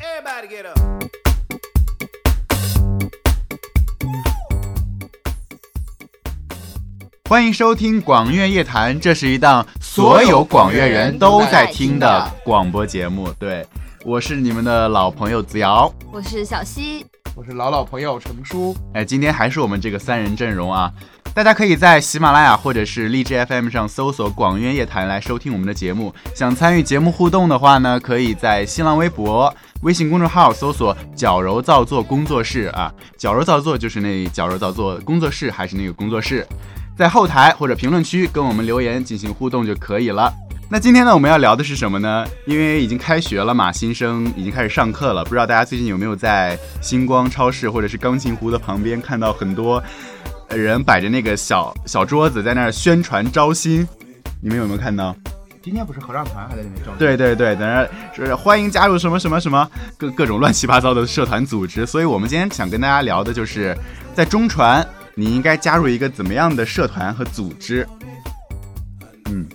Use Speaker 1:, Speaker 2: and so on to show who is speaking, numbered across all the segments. Speaker 1: Everybody get up.
Speaker 2: 欢迎收听《广乐夜谈》，这是一档所有广乐人都在听的广播节目。对，我是你们的老朋友子瑶。
Speaker 3: 我是小溪，
Speaker 4: 我是老老朋友程叔，
Speaker 2: 哎，今天还是我们这个三人阵容啊！大家可以在喜马拉雅或者是荔枝 FM 上搜索“广渊夜谈”来收听我们的节目。想参与节目互动的话呢，可以在新浪微博、微信公众号搜索“矫揉造作工作室”啊，矫揉造作就是那矫揉造作工作室还是那个工作室，在后台或者评论区跟我们留言进行互动就可以了。那今天呢，我们要聊的是什么呢？因为已经开学了嘛，新生已经开始上课了。不知道大家最近有没有在星光超市或者是钢琴湖的旁边看到很多呃人摆着那个小小桌子在那儿宣传招新？你们有没有看到？
Speaker 4: 今天不是合唱团还在那边招生？
Speaker 2: 对对对，在那儿是欢迎加入什么什么什么各各种乱七八糟的社团组织。所以我们今天想跟大家聊的就是，在中传你应该加入一个怎么样的社团和组织？嗯，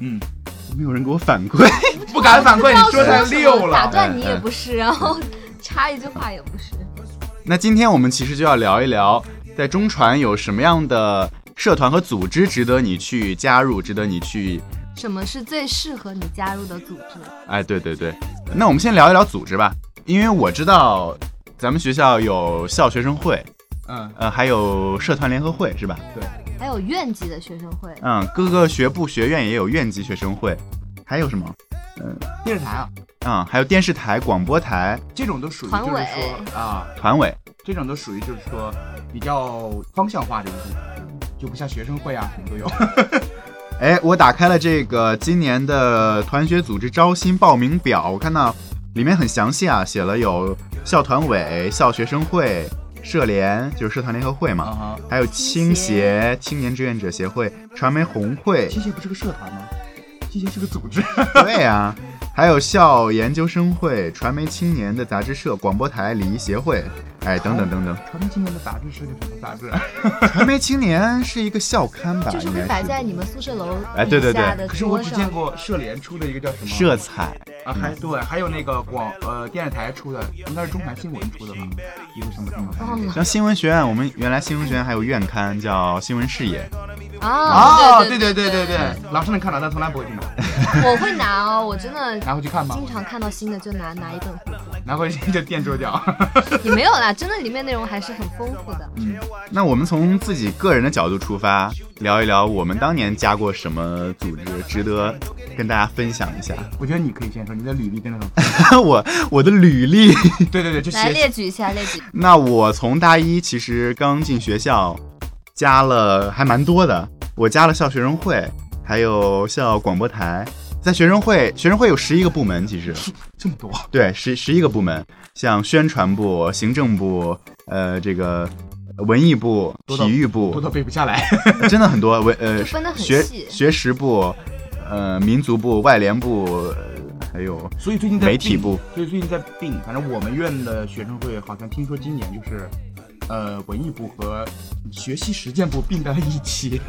Speaker 4: 嗯，
Speaker 2: 没有人给我反馈。
Speaker 4: 不敢反馈，你说
Speaker 2: 他
Speaker 4: 太溜
Speaker 3: 打
Speaker 4: 了。
Speaker 3: 断你也不是，然后插一句话也不是。
Speaker 2: 那今天我们其实就要聊一聊，在中传有什么样的社团和组织值得你去加入，值得你去……
Speaker 3: 什么是最适合你加入的组织？
Speaker 2: 哎，对对对。那我们先聊一聊组织吧，因为我知道咱们学校有校学生会，
Speaker 4: 嗯，
Speaker 2: 呃，还有社团联合会，是吧？
Speaker 3: 还有院级的学生会，
Speaker 2: 嗯，各个学部学院也有院级学生会，还有什么？
Speaker 4: 电视台啊，
Speaker 2: 嗯，还有电视台、广播台、
Speaker 4: 这种都属于
Speaker 3: 团
Speaker 4: 就是
Speaker 3: 委
Speaker 4: 说啊，
Speaker 2: 团委。
Speaker 4: 这种都属于就是说比较方向化的一种，就不像学生会啊什么 都有。
Speaker 2: 哎，我打开了这个今年的团学组织招新报名表，我看到里面很详细啊，写了有校团委、校学生会、社联，就是社团联合会嘛，
Speaker 4: 啊哈，
Speaker 2: 还有青协、青年志愿者协 会、传媒红会，
Speaker 4: 这些不是个社团吗？这些是个组织。
Speaker 2: 对啊，还有校研究生会、传媒青年的杂志社、广播台礼仪协会，哎，等等等等。
Speaker 3: 哦
Speaker 4: 传媒青年的杂志是个什么杂志？
Speaker 2: 传媒青年是一个校刊吧？
Speaker 3: 就是
Speaker 2: 应
Speaker 3: 会
Speaker 2: 该
Speaker 3: 摆在你们宿舍楼
Speaker 2: 哎对对
Speaker 3: 底下的
Speaker 4: 可是我
Speaker 3: 桌
Speaker 4: 只见
Speaker 3: 上。
Speaker 4: 过社联出的一个叫什么
Speaker 2: 社彩。
Speaker 4: 啊，还对，还有那个广呃电视台出的，应该是中台新闻出的吧？一个什么什么什么
Speaker 3: 忘了
Speaker 2: 像新闻学院，我们原来新闻学院还有院刊叫《新闻视野》，
Speaker 3: 啊
Speaker 4: 哦，对
Speaker 3: 对
Speaker 4: 对对对对，老师能看到，但从来不会去 拿，
Speaker 3: 我会拿哦，我真的
Speaker 4: 拿回去看吗
Speaker 3: 经？常看到新的就拿拿一本 回
Speaker 4: 拿回去就垫桌角。
Speaker 3: 家，也没有啦，真的里面内容还是很丰 富的。
Speaker 2: 那我们从自己个人的角度出发，聊一聊我们当年加过什么组织，值得跟大家分享一下。
Speaker 4: 我觉得你可以先说，你的履历真的很。
Speaker 2: 我我的履历，
Speaker 4: 对对对，就
Speaker 3: 来列
Speaker 4: 写
Speaker 3: 举一下，列举。
Speaker 2: 那我从大一其实刚进学校，加了还蛮多的，我加了校学生会，还有校广播台。在学生会，学生会有十一个部门，其实
Speaker 4: 这么多。
Speaker 2: 对十十一个部门，像宣传部、行政部，呃，这个文艺部、
Speaker 4: 多到
Speaker 2: 体育部，
Speaker 4: 多到背不下来。
Speaker 2: 真的很多文呃
Speaker 3: 就分得很
Speaker 2: 学
Speaker 3: 细
Speaker 2: 学识部、呃民族部、外联部，呃还有
Speaker 4: 所以最近在
Speaker 2: 媒体
Speaker 4: 并
Speaker 2: 部，
Speaker 4: 所以最近在并，反正我们院的学生会好像听说今年就是，呃，文艺部和学习实践部并在了一起。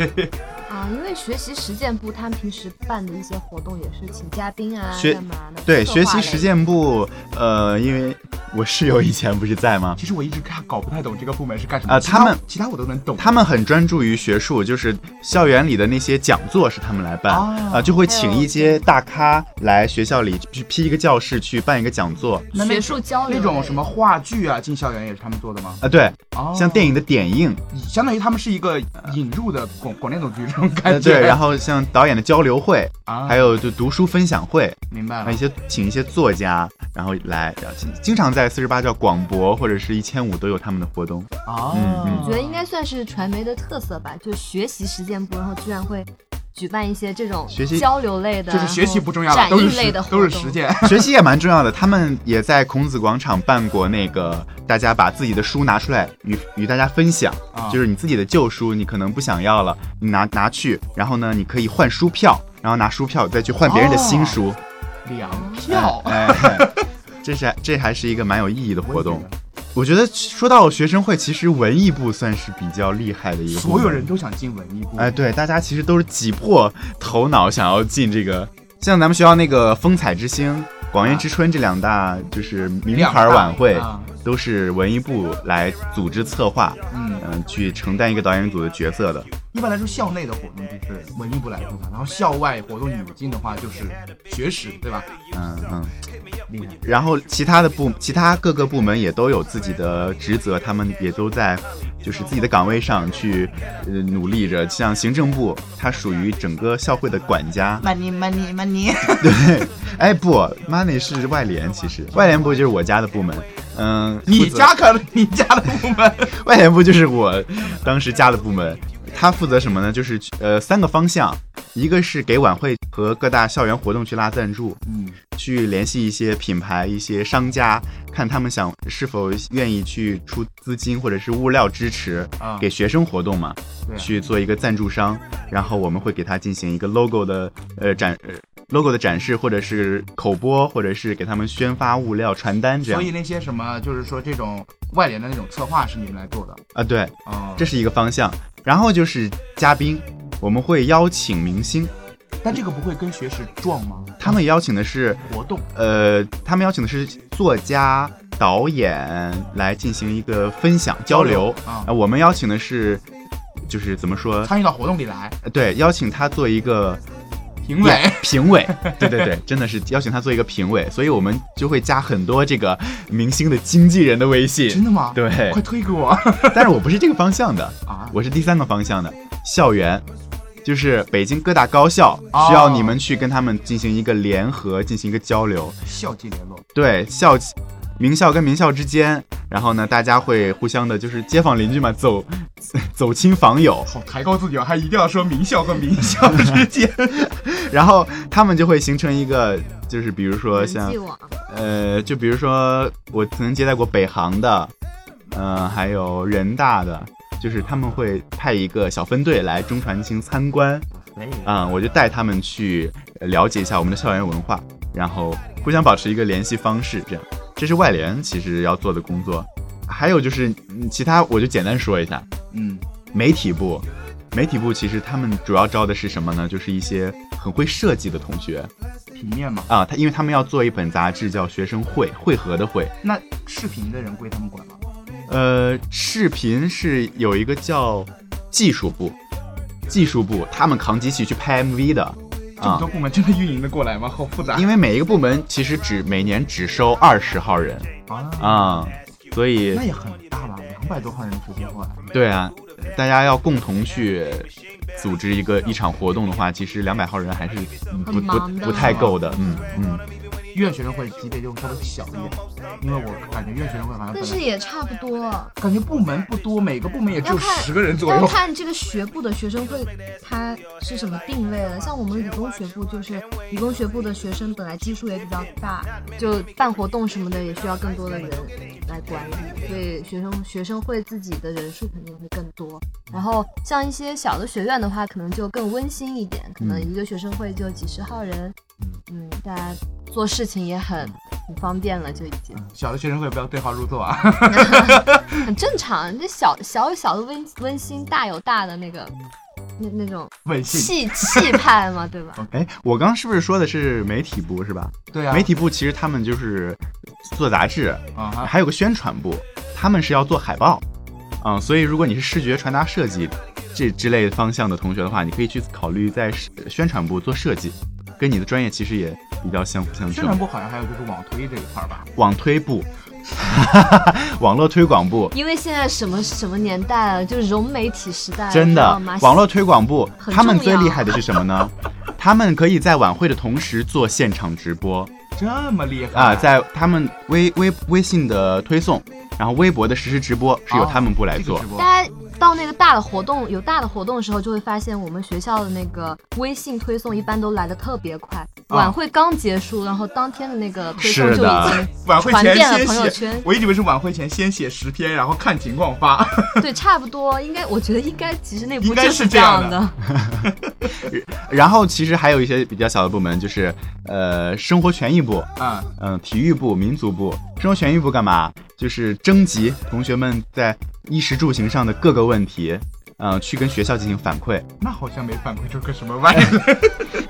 Speaker 3: 啊，因为学习实践部他们平时办的一些活动也是请嘉宾啊，
Speaker 2: 学
Speaker 3: 干嘛的？
Speaker 2: 对
Speaker 3: 策
Speaker 2: 学
Speaker 3: 划
Speaker 2: 习
Speaker 3: 类
Speaker 2: 实践部，呃，因为我室友以前不是在
Speaker 3: 嗯
Speaker 2: 吗？
Speaker 4: 其实我一直看搞不太懂这个部门是干什么。
Speaker 2: 啊
Speaker 4: 其他
Speaker 2: 他们
Speaker 4: 其他我都能懂。
Speaker 2: 他们很专注于学术，就是校园里的那些讲座是他们来办，啊
Speaker 4: 哦、
Speaker 2: 就会
Speaker 3: 还
Speaker 2: 请
Speaker 3: 有
Speaker 2: 一些大咖来学校里去批一个教室去办一个讲座，
Speaker 4: 那那
Speaker 3: 学术交流
Speaker 4: 那种
Speaker 3: 类
Speaker 4: 什么话剧啊，进校园也是他们做的吗？
Speaker 2: 啊，对，
Speaker 4: 哦，
Speaker 2: 像电影的点映，
Speaker 4: 相当于他们是一个引入的广广电总局这种
Speaker 2: 呃，
Speaker 4: 感觉。
Speaker 2: 对，然后像导演的交流会，
Speaker 3: 嗯
Speaker 4: 啊，
Speaker 2: 还有就读书分享会，
Speaker 4: 明白
Speaker 2: 啊，一
Speaker 4: 了，
Speaker 2: 些请一些作家，然后来，然后经经常在四十八叫广博或者是一千五都有他们的活动。
Speaker 4: 啊
Speaker 2: 嗯嗯
Speaker 3: 我觉得应该算是传媒的特色吧，就学习实践部，然后居然会举办一些这种
Speaker 2: 学习
Speaker 3: 交流类的，
Speaker 4: 就是学习不重要了，
Speaker 3: 展
Speaker 4: 都是
Speaker 3: 映
Speaker 4: 实
Speaker 3: 类的活
Speaker 4: 都
Speaker 3: 动
Speaker 4: 是实。 践。
Speaker 2: 学习也蛮重要的，他们也在孔子广场办过那个大家把自己的书拿出来与与大家分享，
Speaker 4: 啊
Speaker 2: 就是你自己的旧书你可能不想要了，你拿拿去，然后呢你可以换书票，然后拿书票再去换别人的新书。
Speaker 4: 粮哦票
Speaker 2: 哎，哎这是这还是一个蛮有意义的活动。我觉得说到学生会，其实文艺部算是比较厉害的一个部门，
Speaker 4: 所有人都想进文艺部。
Speaker 2: 哎，对，大家其实都是挤破头脑想要进这个，像咱们学校那个风采之星，广院之春这两大就是名
Speaker 4: 两
Speaker 2: 牌
Speaker 4: 大
Speaker 2: 晚会
Speaker 4: 啊
Speaker 2: 都是文艺部来组织策划，
Speaker 4: 嗯
Speaker 2: 嗯，去承担一个导演组的角色的。
Speaker 4: 一般来说，校内的活动就是文艺部来主办，然后校外活动引进的话就是学史，对吧？
Speaker 2: 嗯嗯，
Speaker 4: 厉害，
Speaker 2: 然后其他的部，其他各个部门也都有自己的职责，他们也都在就是自己的岗位上去呃努力着。像行政部，它属于整个校会的管家。
Speaker 4: money money money，
Speaker 2: 对，哎不，money 是外联，其实外联部就是我家的部门。嗯，
Speaker 4: 你
Speaker 2: 负责
Speaker 4: 家可你家的部门，
Speaker 2: 外联部就是我当时加的部门，他负责什么呢？就是呃三个方向，一个是给晚会和各大校园活动去拉赞助，
Speaker 4: 嗯，
Speaker 2: 去联系一些品牌、一些商家，看他们想是否愿意去出资金或者是物料支持
Speaker 4: 啊
Speaker 2: 给学生活动嘛，
Speaker 4: 对
Speaker 2: 去做一个赞助商，然后我们会给他进行一个 logo 的呃展。呃 logo 的展示，或者是口播，或者是给他们宣发物料、传单这样
Speaker 4: 所以那些什么就是说这种外联的那种策划是你们来做的
Speaker 2: 啊，对，
Speaker 4: 啊、
Speaker 2: 这是一个方向。然后就是嘉宾，我们会邀请明星，
Speaker 4: 但这个不会跟学史撞吗？
Speaker 2: 他们邀请的是
Speaker 4: 活动
Speaker 2: 呃，他们邀请的是作家、导演来进行一个分享交流
Speaker 4: 啊、
Speaker 2: 啊我们邀请的是，就是怎么说？
Speaker 4: 参与到活动里来，
Speaker 2: 对，邀请他做一个
Speaker 4: 评委
Speaker 2: 演评委，对对 对，真的是邀请他做一个评委，所以我们就会加很多这个明星的经纪人的微
Speaker 4: 真
Speaker 2: 信。
Speaker 4: 的吗？，
Speaker 2: 对
Speaker 4: 快，推给 我
Speaker 2: 但是我不是这个方向的，
Speaker 4: 啊！
Speaker 2: 我是第三个方向的校园，就是北京各大高校
Speaker 4: 哦
Speaker 2: 需要你们去跟他们进行一个联合，进行一个交流。
Speaker 4: 校际联络，
Speaker 2: 对校，名校跟名校之间，然后呢，大家会互相的，就是街坊邻居嘛，走走亲访友，
Speaker 4: 好抬高自己啊，还一定要说名校和名校之 间。
Speaker 2: 然后他们就会形成一个，就是比如说
Speaker 3: 人
Speaker 2: 像
Speaker 3: 际网
Speaker 2: 呃，就比如说我曾经接待过北航的，呃，还有人大的，就是他们会派一个小分队来中传新参观。啊、我就带他们去呃了解一下我们的校园文化，然后互相保持一个联系方式，这样，这是外联其实要做的工作。还有就是嗯其他，我就简单说一下
Speaker 4: 嗯，
Speaker 2: 媒体部。媒体部其实他们主要招的是什么呢？就是一些很会设计的同学
Speaker 4: 平面嘛，
Speaker 2: 啊，他因为他们要做一本杂志叫《学生会》，会合的会。
Speaker 4: 那视频的人归他们管吗？
Speaker 2: 呃，视频是有一个叫技术部，技术部他们扛机器去拍 MV 的
Speaker 4: 这么
Speaker 2: 啊
Speaker 4: 多。部门真的运营的过来吗？好复杂
Speaker 2: 因为每一个部门其实只每年只收二十号人
Speaker 4: 啊！
Speaker 2: 啊、所以
Speaker 4: 那也很大吧，两百多号人直接过来，
Speaker 2: 对啊，大家要共同去组织一个一场活动的话，其实两百号人还是嗯不
Speaker 3: 很
Speaker 2: 不
Speaker 3: 忙的
Speaker 2: 不太够的，嗯嗯，
Speaker 4: 院学生会级别就稍微小一点，因为我感觉院学生会好像本
Speaker 3: 但是
Speaker 4: 来
Speaker 3: 也差不多，
Speaker 4: 感觉部门不多，每个部门也只有
Speaker 3: 要看
Speaker 4: 十个人左
Speaker 3: 要
Speaker 4: 右。
Speaker 3: 看这个学部的学生会它是什么定位了。像我们理工学部，就是理工学部的学生本来基数也比较大，就办活动什么的也需要更多的人来管理，所以学生学生会自己的人数肯定会更多。然后像一些小的学院的话，可能就更温馨一点，可能
Speaker 4: 嗯
Speaker 3: 一个学生会就几十号人，嗯，大家做事情也很很方便了，就已经。
Speaker 4: 小的学生会不要对号入座啊！
Speaker 3: 很正常。这小小有小的温温馨，大有大的那个那那种
Speaker 4: 问 信，
Speaker 3: 气气派嘛，对吧？
Speaker 2: 哎，我刚刚是不是说的是媒体部是吧？
Speaker 4: 对啊，
Speaker 2: 媒体部其实他们就是做杂志，
Speaker 4: 啊哈，
Speaker 2: 还有个宣传部，他们是要做海报，嗯，所以如果你是视觉传达设计这之类方向的同学的话，你可以去考虑在视宣传部做设计，跟你的专业其实也比较相辅相
Speaker 4: 宣传
Speaker 2: 成。
Speaker 4: 部好像还有就是网推这一块儿吧，
Speaker 2: 网推部， 网络推广部，
Speaker 3: 因为现在什么什么年代了，就是融媒体时
Speaker 4: 哎
Speaker 3: 代了，
Speaker 2: 真
Speaker 3: 知
Speaker 2: 的
Speaker 3: 道吗？
Speaker 2: 网络推广部，
Speaker 3: 很重要
Speaker 2: 他们最厉害的是什么呢？他们可以在晚会的同时做现场直播
Speaker 4: 这么厉害
Speaker 2: 啊，在他们微微微信的推送，然后微博的实时直播是由他们部来
Speaker 4: 这个
Speaker 2: 做
Speaker 4: 直。播
Speaker 3: 大家到那个大的活动，有大的活动的时候，就会发现我们学校的那个微信推送一般都来得特别快。晚会刚结束，然后当天的那个推送
Speaker 2: 是
Speaker 3: 就已
Speaker 2: 的
Speaker 3: 经
Speaker 4: 晚会前
Speaker 3: 传遍了朋友
Speaker 4: 先写
Speaker 3: 圈，
Speaker 4: 我一直以为是晚会前先写十篇，然后看情况发。
Speaker 3: 对，差不多应该，我觉得应该其实内部
Speaker 4: 应该
Speaker 3: 就是这
Speaker 4: 这样
Speaker 3: 样
Speaker 4: 的
Speaker 3: 的。
Speaker 2: 然后其实还有一些比较小的部门，就是呃生活权益部，
Speaker 4: 啊，
Speaker 2: 嗯、体育部、民族部。生活权益部干嘛？就是征集同学们在衣食住行上的各个问题，嗯、去跟学校进行反馈。
Speaker 4: 那好像没反馈出个什么
Speaker 2: 哎
Speaker 4: 玩意儿。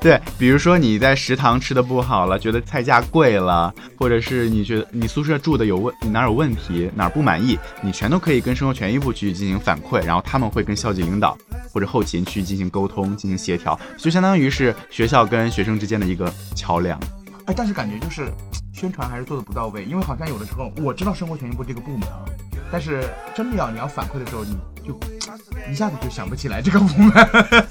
Speaker 2: 对，比如说你在食堂吃的不好了，觉得菜价贵了，或者是你觉得你宿舍住的有问，你哪儿有问题，哪儿不满意，你全都可以跟生活权益部去进行反馈，然后他们会跟校级领导或者后勤去进行沟通、进行协调，就相当于是学校跟学生之间的一个桥梁。
Speaker 4: 哎，但是感觉就是宣传还是做的不到位，因为好像有的时候我知道生活权益部这个部门啊，但是真的要你要反馈的时候，你就一下子就想不起来这个部门。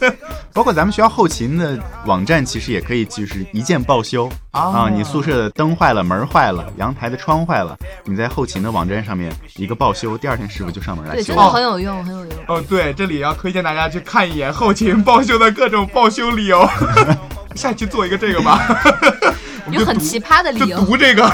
Speaker 2: 包括咱们学校后勤的网站，其实也可以就是一键报修啊、你宿舍的灯坏了、门儿坏了、阳台的窗坏了，你在后勤的网站上面一个报修，第二天师傅就上门来
Speaker 3: 对，
Speaker 2: 修
Speaker 3: 真
Speaker 2: 了。
Speaker 3: 的很有用，很有用。
Speaker 4: 哦，对，这里要推荐大家去看一眼后勤报修的各种报修理由， 下期做一个这个吧，我们
Speaker 3: 有
Speaker 4: 就
Speaker 3: 很
Speaker 4: 读
Speaker 3: 奇葩的理
Speaker 4: 就
Speaker 3: 由，
Speaker 4: 读这个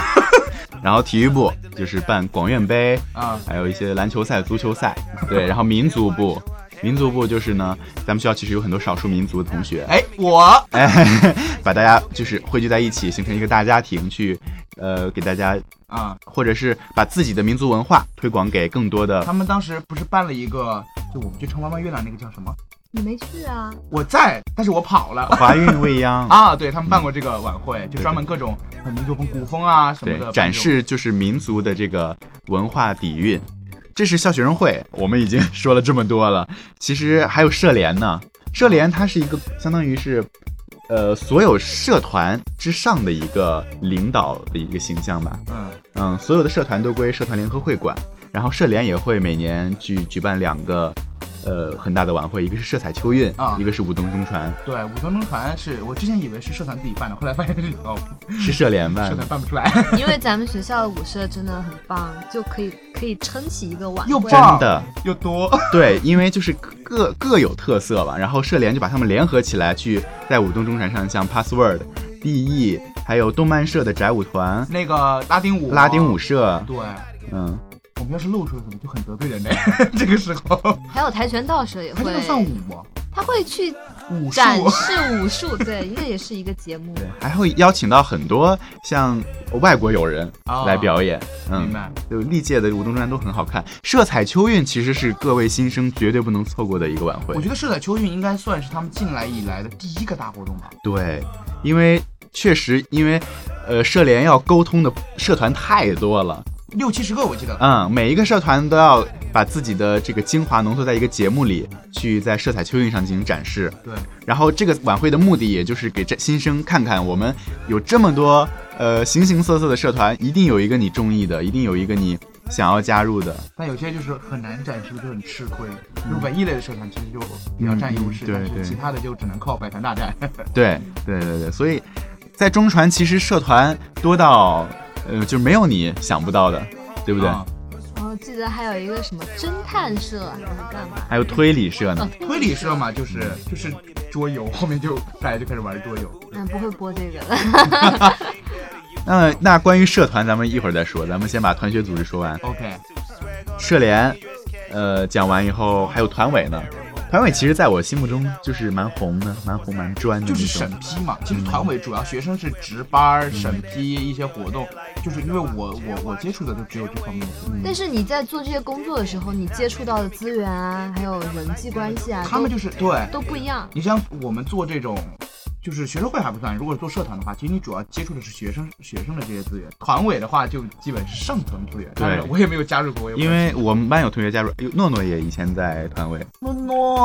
Speaker 2: 然后体育部就是办广院杯，
Speaker 4: 啊。
Speaker 2: 还有一些篮球赛、足球赛，对，然后民族部，民族部就是呢，咱们学校其实有很多少数民族的同学，
Speaker 4: 哎，我
Speaker 2: 哎， 把大家就是汇聚在一起，形成一个大家庭去，呃，给大家，
Speaker 4: 啊，
Speaker 2: 或者是把自己的民族文化推广给更多的
Speaker 4: 他们当时不是办了一个，就我们去城隍庙月亮那个叫什么？
Speaker 3: 你没去啊？
Speaker 4: 我在，但是我跑了。
Speaker 2: 华韵未央，
Speaker 4: 啊，对他们办过这个晚会，就
Speaker 2: 对
Speaker 4: 专门各种很民族风、古风啊什么
Speaker 2: 对
Speaker 4: 的，
Speaker 2: 展。示就是民族的这个文化底蕴。这是校学生会，我们已经 说了这么多了，其实还有社联呢。社联它是一个相当于是，呃，所有社团之上的一个领导的一个形象吧。
Speaker 4: 嗯，
Speaker 2: 嗯，所有的社团都归社团联合会管，然后社联也会每年举举办两个，呃，很大的晚会，一个是色彩秋韵，
Speaker 4: 啊
Speaker 2: 一个是舞动中 传，
Speaker 4: 对，五分钟船是我之前以为是社团自己办的，后来发现是哦，
Speaker 2: 是社联办
Speaker 4: 社
Speaker 2: 的
Speaker 4: 团。办不出来，
Speaker 3: 因为咱们学校的舞社真的很棒，就可以可以撑起一个晚
Speaker 4: 又
Speaker 3: 会。
Speaker 2: 真
Speaker 4: 棒
Speaker 2: 的，
Speaker 4: 又多。
Speaker 2: 对，因为就是各各有特色吧，然后社联就把他们联合起来，去在舞动中传上，像 Password、DE，还有动漫社的宅舞团、
Speaker 4: 那个拉丁舞，
Speaker 2: 拉丁舞，社，
Speaker 4: 对，
Speaker 2: 嗯，
Speaker 4: 我们要是露出了什么，就很得罪人嘞。 这个时候，
Speaker 3: 还有跆拳道社也
Speaker 4: 他这
Speaker 3: 会
Speaker 4: 个，算舞吗？
Speaker 3: 他会去
Speaker 4: 武术。
Speaker 3: 展示武术， 对，因为也是一个节目。
Speaker 2: 还会邀请到很多像外国友人
Speaker 4: 啊
Speaker 2: 来表演，嗯
Speaker 4: 明。白，
Speaker 2: 就历届的舞动专都很好看，色彩秋韵其实是各位新生绝对不能错过的一个晚会
Speaker 4: 我。觉得社彩秋韵应该算是他们进来以来的第一个大活动吧。
Speaker 2: 对，因为确实因为，呃，社联要沟通的社团太多了，
Speaker 4: 六七十个我记得，
Speaker 2: 嗯，每一个社团都要把自己的这个精华浓缩在一个节目里，去在呃色彩秋韵上进行展示。
Speaker 4: 对，
Speaker 2: 然后这个晚会的目的，也就是给这新生看看，我们有这么多呃形形色色的社团，一定有一个你中意的，一定有一个你想要加入的。
Speaker 4: 但有些就是很难展示，就很吃亏。就是文艺类的社团其实就比较占优势，
Speaker 2: 嗯对
Speaker 4: 但
Speaker 2: 对
Speaker 4: 是其他的就只能靠百团大战。
Speaker 2: 对对对对，所以在中传其实社团多到，呃，就没有你想不到的，对不对？
Speaker 4: 啊
Speaker 3: 然后记得还有一个什么侦探社还是干嘛？哦
Speaker 2: 还有推理社
Speaker 3: 啊
Speaker 2: 呢，
Speaker 4: 啊推理社嘛，就是就是桌游，后面就大家就开始玩桌游。
Speaker 3: 嗯，不会播这个 了。
Speaker 2: 那那关于社团，咱们一会儿再说，咱们先把团学组织说完。
Speaker 4: OK，
Speaker 2: 社联，呃，讲完以后还有团委呢。团委其实在我心目中就是蛮红的，蛮红蛮
Speaker 3: 嗯
Speaker 2: 专的
Speaker 4: 就
Speaker 2: 那
Speaker 4: 是
Speaker 2: 种
Speaker 4: 审。批嘛。其实团委主要学生是值班、审批一些活动，就是因为我我我接触的就只有这方面的。
Speaker 3: 但是你在做这些工作的时候，你接触到的资源啊，还有人际关系啊，
Speaker 4: 他们就是对
Speaker 3: 都都不一样。
Speaker 4: 你像我们做这种，就是学生会还不算，如果做社团的话，其实你主要接触的是学生学生的这些资源。团委的话，就基本是上层资源。当然
Speaker 2: 对
Speaker 4: 我也没有加入过，我也不
Speaker 2: 因为我们班有同学加入，有诺诺也以前在团委，
Speaker 4: 诺诺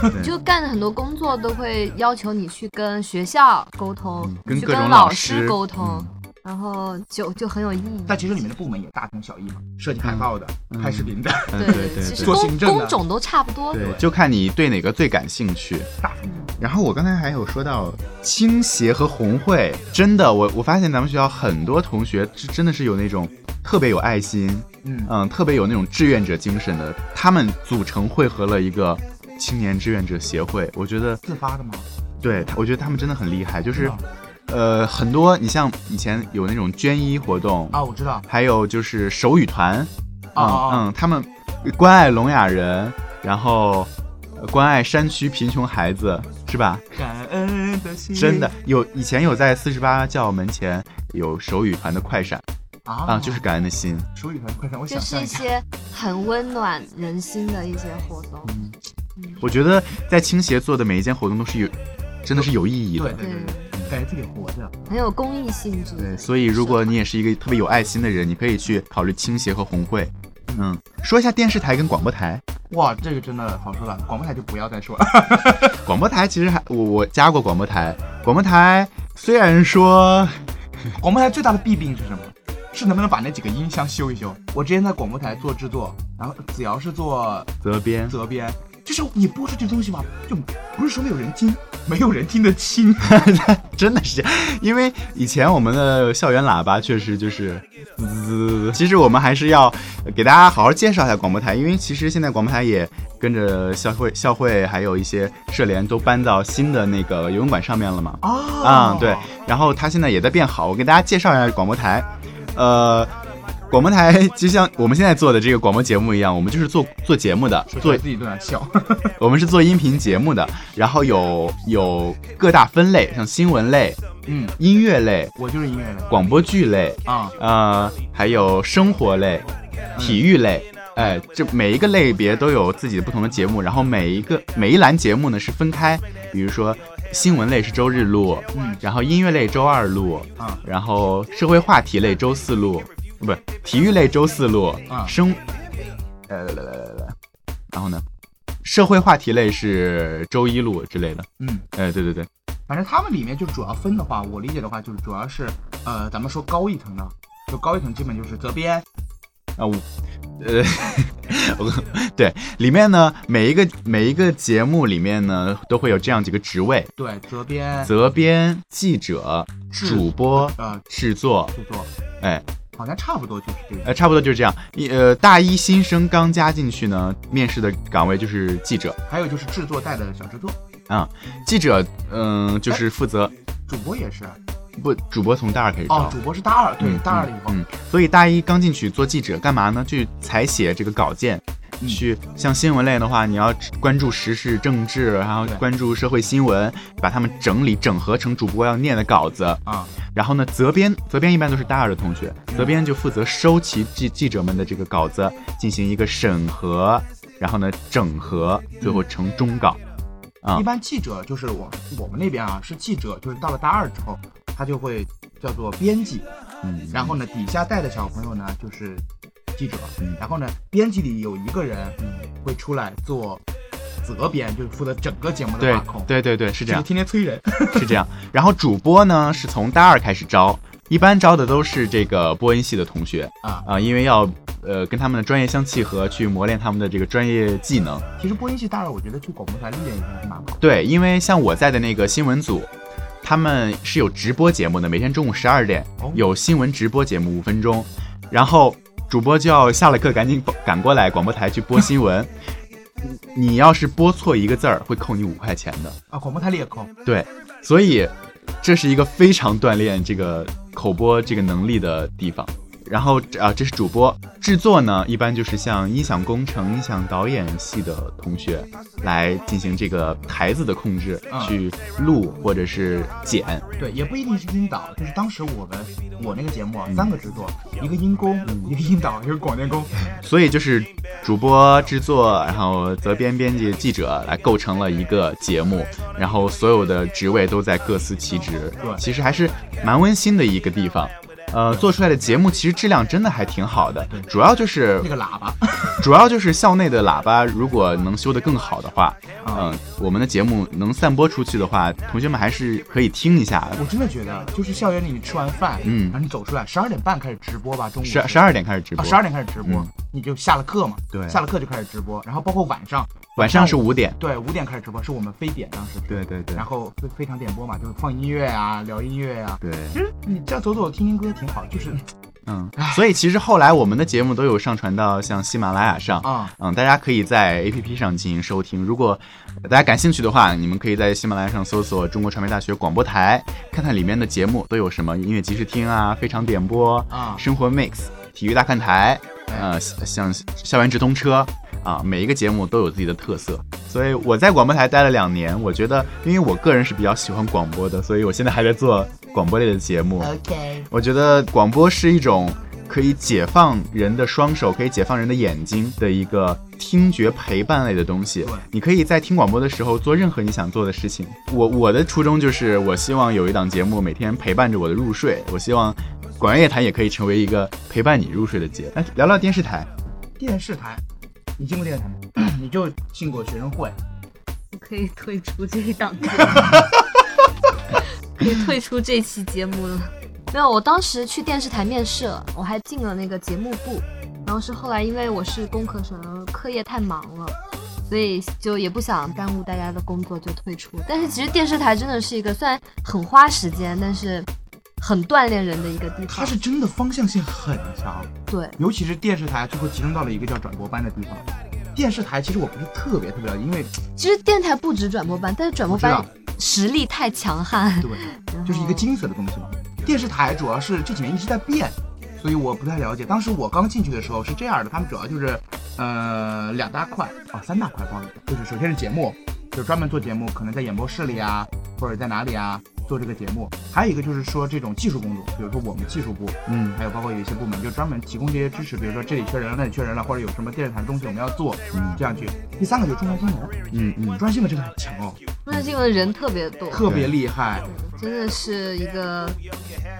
Speaker 3: 对，你就干的很多工作都会要求你去跟学校沟通，
Speaker 4: 嗯
Speaker 2: 跟
Speaker 3: 去
Speaker 2: 各种
Speaker 3: 跟
Speaker 2: 老
Speaker 3: 老
Speaker 2: 师
Speaker 3: 沟通，然后就就很有意义。
Speaker 4: 但其实里面的部门也大同小异嘛，设计海报的、
Speaker 2: 嗯
Speaker 4: 拍视频的，
Speaker 2: 嗯，对
Speaker 3: 对，其实
Speaker 2: 对
Speaker 4: 做
Speaker 3: 工
Speaker 4: 行政
Speaker 1: 啊
Speaker 4: 的
Speaker 3: 工种都差不多。
Speaker 2: 对，就看你对哪个最感兴趣。
Speaker 4: 大同小异。
Speaker 2: 然后我刚才还有说到青协和红会，真的，我我发现咱们学校很多同学是真的是有那种特别有爱心，
Speaker 4: 嗯，
Speaker 2: 嗯，特别有那种志愿者精神的，他们组成汇合了一个青年志愿者协会，我觉得
Speaker 4: 自发的嘛，
Speaker 2: 对，我觉得他们真的很厉害，就
Speaker 4: 就是
Speaker 2: 呃很多，你像以前有那种捐衣活动，
Speaker 4: 啊，我知道
Speaker 2: 还有就是手语团，
Speaker 4: 啊啊
Speaker 2: 嗯嗯，他们关爱聋哑人，然后呃关爱山区贫穷孩子，是吧？
Speaker 4: 感恩的心，
Speaker 2: 真的有，以前有在四十八教门前有手语团的快闪
Speaker 4: 啊
Speaker 2: 啊，就是感恩的心。
Speaker 4: 手语团快闪，我
Speaker 3: 就
Speaker 4: 想
Speaker 3: 是
Speaker 4: 象
Speaker 3: 一
Speaker 4: 一下，
Speaker 2: 嗯
Speaker 3: 些很温暖人心的一些活动。
Speaker 2: 我觉得在倾斜做的每一件活动都是有，真的是有意义
Speaker 4: 对
Speaker 2: 的。
Speaker 4: 对对，对感觉自己活着。
Speaker 3: 很有公益性质。
Speaker 2: 对，所以如果你也是一个特别有爱心的人，你可以去考虑倾斜和红会。嗯，说一下电视台跟广播台。
Speaker 4: 哇，这个真的好说了，广播台就不要再说了。
Speaker 2: 广播台其实还我我加过广播台，广播台虽然说
Speaker 4: 广播台最大的弊病是什么？是能不能把那几个音箱修一修？我之前在广播台做制作，然后子瑶是做
Speaker 2: 责编，
Speaker 4: 责编，就是你播出去的东西吧，就不是说没有人听，没有人听得清。
Speaker 2: 真的是这样，因为以前我们的校园喇叭确实就是滋滋滋滋。其实我们还是要给大家好好介绍一下广播台，因为其实现在广播台也跟着校会、校会还有一些社联都搬到新的那个游泳馆上面了嘛。
Speaker 4: 啊
Speaker 2: 嗯，对，然后它现在也在变好。我给大家介绍一下广播台，呃，广播台就像我们现在做的这个广播节目一样，我们就是做做节目的，
Speaker 4: 所
Speaker 2: 做
Speaker 4: 以自己都想笑。
Speaker 2: 我们是做音频节目的，然后有有各大分类，像新闻类、
Speaker 4: 嗯，
Speaker 2: 音乐类、
Speaker 4: 我就是音乐人
Speaker 2: 广播剧类，
Speaker 4: 啊，
Speaker 2: 呃，还有生活类、体育类。哎，这每一个类别都有自己的不同的节目，然后每一个每一栏节目呢是分开，比如说新闻类是周日录，
Speaker 4: 嗯
Speaker 2: 然后音乐类周二录，
Speaker 4: 啊
Speaker 2: 然后社会话题类周四录，不是体育类周四录，
Speaker 4: 啊
Speaker 2: 生，来来来来来来，然后呢，社会话题类是周一录之类的，
Speaker 4: 嗯，
Speaker 2: 哎，对对对，
Speaker 4: 反正他们里面就主要分的话，我理解的话就是主要是呃，咱们说高一层的，就高一层基本就是责编，
Speaker 2: 啊我，呃， 我对，里面呢每一个每一个节目里面呢都会有这样几个职位：
Speaker 4: 对，责编
Speaker 2: 责编、记者、
Speaker 4: 制
Speaker 2: 主播、
Speaker 4: 呃
Speaker 2: 制作，
Speaker 4: 制作，
Speaker 2: 哎，
Speaker 4: 好像差不多就是这个。
Speaker 2: 呃，差不多就是这样。一呃，大一新生刚加进去呢，面试的岗位就是记者。
Speaker 4: 还有就是制作带的小制作，
Speaker 2: 记者，嗯、就是负责
Speaker 4: 主播也是
Speaker 2: 不主播从大二开始招。
Speaker 4: 哦，主播是大二，对
Speaker 2: 嗯，
Speaker 4: 大二了以后
Speaker 2: 嗯，所以大一刚进去做记者干嘛呢？去采写这个稿件，
Speaker 4: 嗯
Speaker 2: 去像新闻类的话，你要关注时事政治，然后
Speaker 4: 对
Speaker 2: 关注社会新闻，把它们整理整合成主播要念的稿子。
Speaker 4: 啊，
Speaker 2: 然后呢，责编责编一般都是大二的同学，
Speaker 4: 嗯
Speaker 2: 责编就负责收集记记者们的这个稿子，进行一个审核，然后呢整合，最后成终稿。啊
Speaker 4: 一般记者就是我我们那边啊，是记者，就是到了大二之后，他就会叫做编辑，
Speaker 2: 嗯，
Speaker 4: 然后呢，底下带的小朋友呢就是记者
Speaker 2: 嗯，
Speaker 4: 然后呢，编辑里有一个人会出来做责编，就是负责整个节目的
Speaker 2: 对
Speaker 4: 把控，
Speaker 2: 对对对，是这
Speaker 4: 就
Speaker 2: 样
Speaker 4: 是。天天催人。
Speaker 2: 是这样。然后主播呢是从大二开始招，一般招的都是这个播音系的同学
Speaker 4: 啊
Speaker 2: 啊、因为要呃跟他们的专业相契合，去磨练他们的这个专业技能。
Speaker 4: 其实播音系大二，我觉得去广播台历练一下是蛮好的。
Speaker 2: 对，因为像我在的那个新闻组。他们是有直播节目的，每天中午十二点
Speaker 4: 哦
Speaker 2: 有新闻直播节目五分钟，然后主播就要下了课赶紧赶过来广播台去播新 闻。你你要是播错一个字儿，会扣你五块钱的。
Speaker 4: 啊，广播台里也空，
Speaker 2: 对，所以这是一个非常锻炼这个口播这个能力的地方。然后啊、这是主播制作呢，一般就是像音响工程、音响导演系的同学来进行这个台子的控制，
Speaker 4: 嗯
Speaker 2: 去录或者是剪。
Speaker 4: 对，也不一定是音导，就是当时我们我那个节目啊，三个制作，一个音工，一个音导，一个广电工，
Speaker 2: 所以就是主播、制作，然后责编、编辑、记者来构成了一个节目，然后所有的职位都在各司其职
Speaker 4: 对，
Speaker 2: 其实还是蛮温馨的一个地方。呃，做出来的节目其实质量真的还挺好的，主要就是
Speaker 4: 那个喇叭。
Speaker 2: 主要就是校内的喇叭，如果能修得更好的话，嗯、
Speaker 4: 啊
Speaker 2: 我们的节目能散播出去的话，同学们还是可以听一下。
Speaker 4: 我真的觉得，就是校园里你吃完饭，
Speaker 2: 嗯
Speaker 4: 然后你走出来，十二点半开始直播吧，中午
Speaker 2: 十十二点开始直
Speaker 4: 啊，
Speaker 2: 播，
Speaker 4: 十二点开始直播
Speaker 2: 嗯，
Speaker 4: 你就下了课嘛，
Speaker 2: 对
Speaker 4: 下了课就开始直播，然后包括晚上，
Speaker 2: 晚上是五点。
Speaker 4: 对，五点开始直播，是我们非典当时，
Speaker 2: 对对对
Speaker 4: 然后非非常点播嘛，就是放音乐啊，聊音乐啊，
Speaker 2: 对。
Speaker 4: 其实你这样走走听听歌挺好，就是
Speaker 2: 嗯，所以其实后来我们的节目都有上传到像喜马拉雅上，
Speaker 4: 啊，
Speaker 2: 嗯，大家可以在 APP 上进行收听。如果呃大家感兴趣的话，你们可以在喜马拉雅上搜索“中国传媒大学广播台”，看看里面的节目都有什么音乐即时听啊、非常点播
Speaker 4: 啊哎
Speaker 2: 生活 mix、体育大看台，呃，像校园直通车啊，每一个节目都有自己的特色。所以我在广播台待了两年，我觉得，因为我个人是比较喜欢广播的，所以我现在还在做广播类的节目。
Speaker 3: OK，
Speaker 2: 我觉得广播是一种可以解放人的双手，可以解放人的眼睛的一个听觉陪伴类的东西
Speaker 4: 对。
Speaker 2: 你可以在听广播的时候做任何你想做的事情。我我的初衷就是，我希望有一档节目每天陪伴着我的入睡。我希望广元夜谈也可以成为一个陪伴你入睡的节目。哎，聊聊电视台，
Speaker 4: 电视台，你进过电视台吗？ 你就进过学生会，
Speaker 1: 我可以退出这一档节 目，可以退出这期节目了。
Speaker 3: 没有，我当时去电视台面试了，我还进了那个节目部，然后是后来因为我是工科生，课业太忙了，所以就也不想耽误大家的工作，就退出。但是其实电视台真的是一个虽然很花时间，但是很锻炼人的一个地
Speaker 4: 它
Speaker 3: 方。
Speaker 4: 是真的方向性很强，
Speaker 3: 对，
Speaker 4: 尤其是电视台，最后集中到了一个叫转播班的地方。电视台其实我不是特别特别了解，因为
Speaker 3: 其实电台不止转播班，但是转播
Speaker 4: 我
Speaker 3: 班
Speaker 4: 知
Speaker 3: 实力太强 悍。
Speaker 4: 对，就是一个精髓的东西嘛。电视台主要是这几年一直在变，所以我不太了解。当时我刚进去的时候是这样的，他们主要就是，呃，两大块啊、三大块，不好意思，就是首先是节目，就是专门做节目，可能在演播室里啊，或者在哪里啊做这个节目；还有一个就是说这种技术工作，比如说我们技术部，
Speaker 2: 嗯，
Speaker 4: 还有包括有一些部门就专门提供这些支持，比如说这里缺人了，那里缺人了，或者有什么电视台东西我们要做，
Speaker 2: 嗯
Speaker 4: 这样去。第三个就是中央新闻，
Speaker 2: 嗯嗯，
Speaker 4: 中央新闻真的很强哦，
Speaker 3: 中央新闻人特别多，
Speaker 4: 特别厉害。
Speaker 3: 真的是一个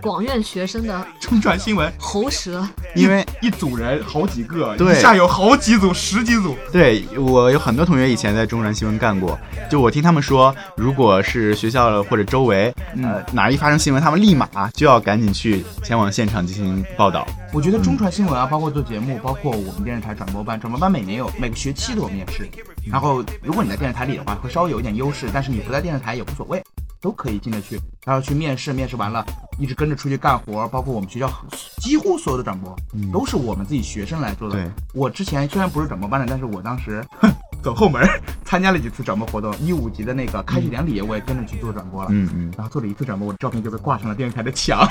Speaker 3: 广院学生的
Speaker 4: 中转新闻
Speaker 3: 喉舌。
Speaker 2: 因为
Speaker 4: 一组人好几个，
Speaker 2: 对
Speaker 4: 一下有好几组、十几组。
Speaker 2: 对我有很多同学以前在中传新闻干过，就我听他们说，如果是学校了或者周围，呃
Speaker 4: 嗯，
Speaker 2: 哪一发生新闻，他们立马就要赶紧去前往现场进行报道。
Speaker 4: 我觉得中传新闻啊，包括做节目，包括我们电视台转播班，转播班每年有每个学期都有面试。然后，如果你在电视台里的话，会稍微有一点优势，但是你不在电视台也无所谓，都可以进得去。然后去面试，面试完了，一直跟着出去干活，包括我们学校几乎所有的转播
Speaker 2: 嗯
Speaker 4: 都是我们自己学生来做的。
Speaker 2: 对，
Speaker 4: 我之前虽然不是转播班的，但是我当时哼走后门儿参加了几次转播活动，一五级的那个开学典礼我也跟着去做转播了。
Speaker 2: 嗯嗯，
Speaker 4: 然后做了一次转播，我的照片就被挂上了电视台的 墙。